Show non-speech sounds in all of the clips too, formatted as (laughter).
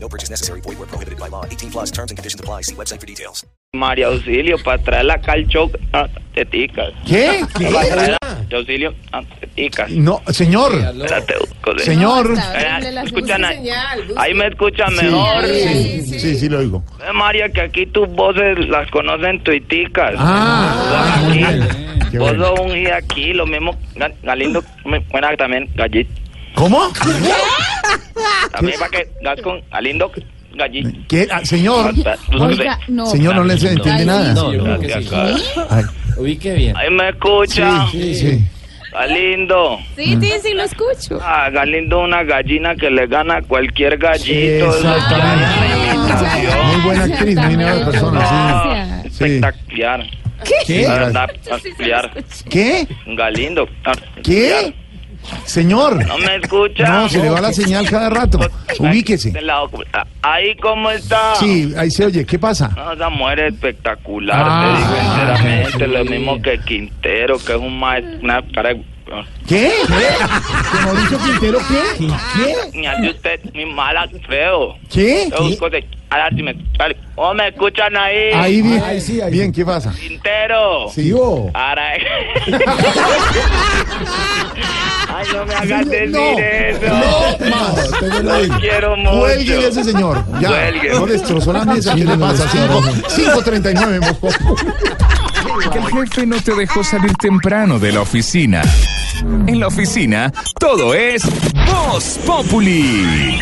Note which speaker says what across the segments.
Speaker 1: No purchase necessary. Void where prohibited by law. 18 plus terms and conditions apply. See website for details.
Speaker 2: María Auxilio, para traer la calcho a teticas.
Speaker 3: ¿Qué? ¿Qué?
Speaker 2: Para traer la María Auxilio a teticas.
Speaker 3: No, señor,
Speaker 2: Espérate, joder.
Speaker 3: señor.
Speaker 2: Espera, escuchan ahí. Ahí me escuchan mejor.
Speaker 3: Sí, sí, sí, sí, lo digo.
Speaker 2: Eh, María, que aquí tus voces las conocen tuiticas.
Speaker 3: Ah,
Speaker 2: Vos
Speaker 3: muy
Speaker 2: aquí,
Speaker 3: bien. Qué
Speaker 2: Vos
Speaker 3: bueno.
Speaker 2: sos un guía aquí, lo mismo Ga- Galindo, me- bueno, también Gallito.
Speaker 3: ¿Cómo?
Speaker 2: También para que das con Galindo Gallito.
Speaker 3: ¿Qué? Ah, señor,
Speaker 4: Oiga, no.
Speaker 3: señor, no le
Speaker 5: Galindo.
Speaker 3: entiende nada.
Speaker 5: No, yo creo que sí.
Speaker 3: Ay,
Speaker 5: Ubique bien.
Speaker 2: Ahí me escucha.
Speaker 3: sí, sí.
Speaker 2: Galindo.
Speaker 4: Sí, sí, sí, lo escucho.
Speaker 2: Ah, Galindo, una gallina que le gana a cualquier gallito.
Speaker 3: Exactamente. Muy buena actriz, muy buena persona,
Speaker 2: Ah,
Speaker 3: sí.
Speaker 2: Espectacular.
Speaker 3: sí. ¿Qué?
Speaker 2: Verdad, Espectacular.
Speaker 3: ¿Qué?
Speaker 2: Galindo.
Speaker 3: ¿Qué? Señor,
Speaker 2: No me escucha.
Speaker 3: no, se le va la señal cada rato.
Speaker 2: De
Speaker 3: Ubíquese.
Speaker 2: lado. Ahí, ¿cómo está?
Speaker 3: Sí, ahí se oye, ¿qué pasa?
Speaker 2: No, esa mujer es espectacular,
Speaker 3: Ah,
Speaker 2: te digo enteramente.
Speaker 3: sí.
Speaker 2: Lo mismo que Quintero, que es un maestro. Una cara de-
Speaker 3: ¿Qué? ¿Qué? ¿Mauricio Quintero qué? ¿Qué?
Speaker 2: Ni así usted, ni mala, feo.
Speaker 3: ¿Qué?
Speaker 2: Yo busco de- Ahora sí me. vale. ¿Cómo me escuchan ahí?
Speaker 3: Ahí bien. Bien, ¿qué pasa?
Speaker 2: Quintero.
Speaker 3: Sí, oh.
Speaker 2: (laughs) Ahora. Ay, no me hagas decir eso.
Speaker 3: No más, te lo digo.
Speaker 2: Quiero mucho.
Speaker 3: Cuelguen ese señor. Ya.
Speaker 2: Cuelguen.
Speaker 3: No destrozó la mesa. ¿Qué le pasa? Cinco- 5.39 (laughs) hemos
Speaker 6: que el jefe no te dejó salir temprano de la oficina. En la oficina, todo es Voz Populi.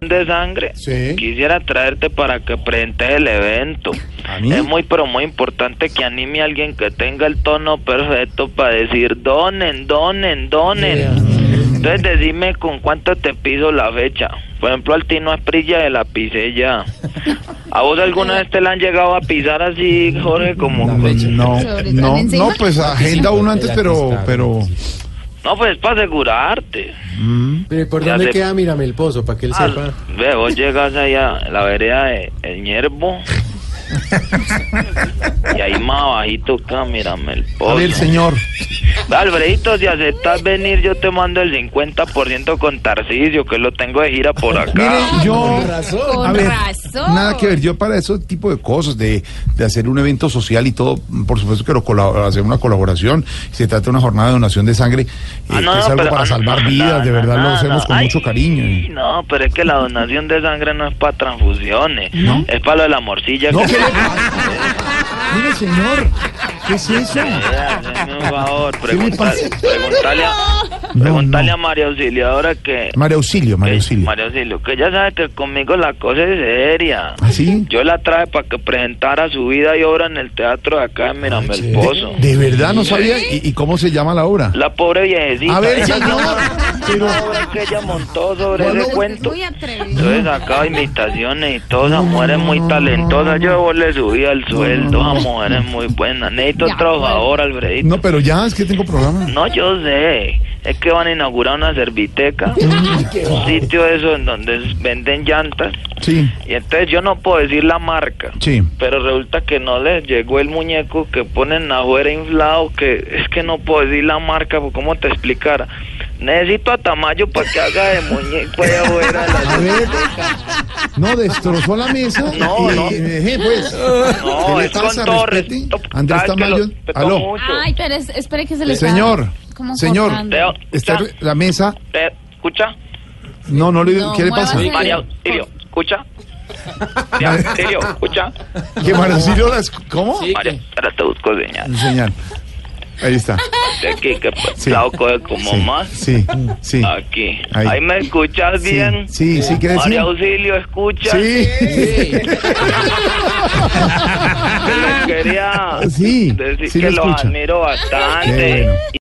Speaker 2: de sangre.
Speaker 3: Sí.
Speaker 2: Quisiera traerte para que presentes el evento.
Speaker 3: ¿A mí?
Speaker 2: Es muy, pero muy importante que anime a alguien que tenga el tono perfecto para decir donen, donen, donen. Entonces, decime con cuánto te pido la fecha. Por ejemplo, al Tino Esprilla de la pisé ya. ¿A vos alguna vez te la han llegado a pisar así, Jorge? Como
Speaker 3: No,
Speaker 4: Sobre-
Speaker 3: no,
Speaker 4: encima.
Speaker 3: no, pues agenda uno antes, pero, pero,
Speaker 2: No, pues para asegurarte.
Speaker 5: Pero ¿por
Speaker 2: Ya
Speaker 5: dónde
Speaker 2: te-
Speaker 5: queda? Mírame el pozo, para que él
Speaker 2: Ah,
Speaker 5: sepa.
Speaker 2: Ve, vos llegas allá a la vereda de El
Speaker 3: (laughs)
Speaker 2: Ñerbo. y ahí más bajito acá, mírame el
Speaker 3: a ver,
Speaker 2: pollo.
Speaker 3: señor.
Speaker 2: Alfredito, si aceptas venir, yo te mando el 50% con Tarcisio, que lo tengo de gira por
Speaker 3: (laughs) Mire, eh,
Speaker 2: acá. Ah,
Speaker 3: yo,
Speaker 5: Con razón.
Speaker 4: Con
Speaker 3: a ver,
Speaker 4: razón.
Speaker 3: nada que ver, yo para ese tipo de cosas, de, de hacer un evento social y todo, por supuesto que lo colab- hacer una colaboración, se trata de una jornada de donación de sangre,
Speaker 2: Ah, no,
Speaker 3: eh, que es
Speaker 2: no,
Speaker 3: algo
Speaker 2: pero-
Speaker 3: para
Speaker 2: ah,
Speaker 3: salvar
Speaker 2: no,
Speaker 3: vidas,
Speaker 2: no,
Speaker 3: de verdad
Speaker 2: no,
Speaker 3: lo hacemos
Speaker 2: no.
Speaker 3: con
Speaker 2: Ay,
Speaker 3: mucho cariño.
Speaker 2: sí, No, pero es que la donación de sangre no es para transfusiones,
Speaker 3: ¿No?
Speaker 2: es para lo de la morcilla.
Speaker 3: No,
Speaker 2: que-
Speaker 3: ¿qué le
Speaker 2: (laughs)
Speaker 3: pasa? Mire, señor, ¿qué es eso?
Speaker 2: Vea, hazme un favor,
Speaker 3: le
Speaker 2: pregunta-
Speaker 3: pasa?
Speaker 2: preguntale a,
Speaker 3: No,
Speaker 2: preguntale
Speaker 3: no.
Speaker 2: a María Auxiliadora que...
Speaker 3: María Auxilio, María
Speaker 2: que-
Speaker 3: Auxilio.
Speaker 2: Eh, María Auxilio, que ya sabe que conmigo la cosa es seria.
Speaker 3: ¿Ah, sí?
Speaker 2: Yo la traje para que presentara su vida y obra en el teatro de acá en Mirame el Pozo.
Speaker 3: Ah, De verdad no sabía. ¿Y, y cómo se llama la obra?
Speaker 2: La pobre viejecita.
Speaker 3: A ver,
Speaker 2: ella
Speaker 3: señor,
Speaker 2: no-
Speaker 3: pero-
Speaker 2: una obra que ella montó sobre
Speaker 3: Bueno,
Speaker 2: ese cuento.
Speaker 4: Muy atrevido.
Speaker 2: Entonces sacaba invitaciones y todo, esa mujer es muy talentosa. Yo le subía el sueldo, esa mujer es muy buena. Necesito
Speaker 4: Ya,
Speaker 2: trabajador, Alfredito.
Speaker 3: No, pero ya es que tengo programa.
Speaker 2: No, yo sé. Es que van a inaugurar una serviteca. un sitio de eso en donde venden llantas.
Speaker 3: Sí,
Speaker 2: Y entonces yo no puedo decir la marca.
Speaker 3: sí.
Speaker 2: Pero resulta que no les llegó el muñeco que ponen afuera inflado, que es que no puedo decir la marca, pues cómo te explicara. Necesito a Tamayo para que haga de muñeco allá afuera. de la
Speaker 3: (laughs) A ver. No, destrozó la mesa.
Speaker 2: No,
Speaker 3: y,
Speaker 2: no.
Speaker 3: y me dejé, pues.
Speaker 2: No,
Speaker 3: ¿Qué le
Speaker 2: es con
Speaker 3: pasa?
Speaker 2: todo
Speaker 3: Respete.
Speaker 2: respeto.
Speaker 3: Andrés
Speaker 2: Sabes que
Speaker 3: Tamayo.
Speaker 2: lo respeto
Speaker 3: Aló.
Speaker 2: mucho.
Speaker 4: Ay, pero es- espere que se le está
Speaker 3: Señor,
Speaker 4: como
Speaker 3: señor.
Speaker 4: cortando.
Speaker 2: Teo,
Speaker 3: Está
Speaker 2: escucha,
Speaker 3: la mesa.
Speaker 2: Teo, Eh, escucha,
Speaker 3: No, no le
Speaker 4: No,
Speaker 3: ¿Qué le pasa?
Speaker 4: muévase.
Speaker 2: María Auxilio, escucha. María Auxilio, escucha.
Speaker 3: ¿Qué María Auxilio las ¿Cómo?
Speaker 2: María, ahora te busco señal.
Speaker 3: Señal. Ahí está.
Speaker 2: De aquí, que pues,
Speaker 3: Sí.
Speaker 2: la coge como
Speaker 3: Sí,
Speaker 2: más.
Speaker 3: Sí, sí.
Speaker 2: Aquí.
Speaker 3: Ahí.
Speaker 2: Ahí. me escuchas
Speaker 3: Sí,
Speaker 2: bien.
Speaker 3: Sí, Eh, sí, ¿qué decir?
Speaker 2: María Auxilio, escucha.
Speaker 3: Sí.
Speaker 2: Te lo quería
Speaker 3: Sí,
Speaker 2: decir
Speaker 3: sí
Speaker 2: que los
Speaker 3: lo escucho.
Speaker 2: admiro
Speaker 3: Qué
Speaker 2: bastante.
Speaker 3: bueno.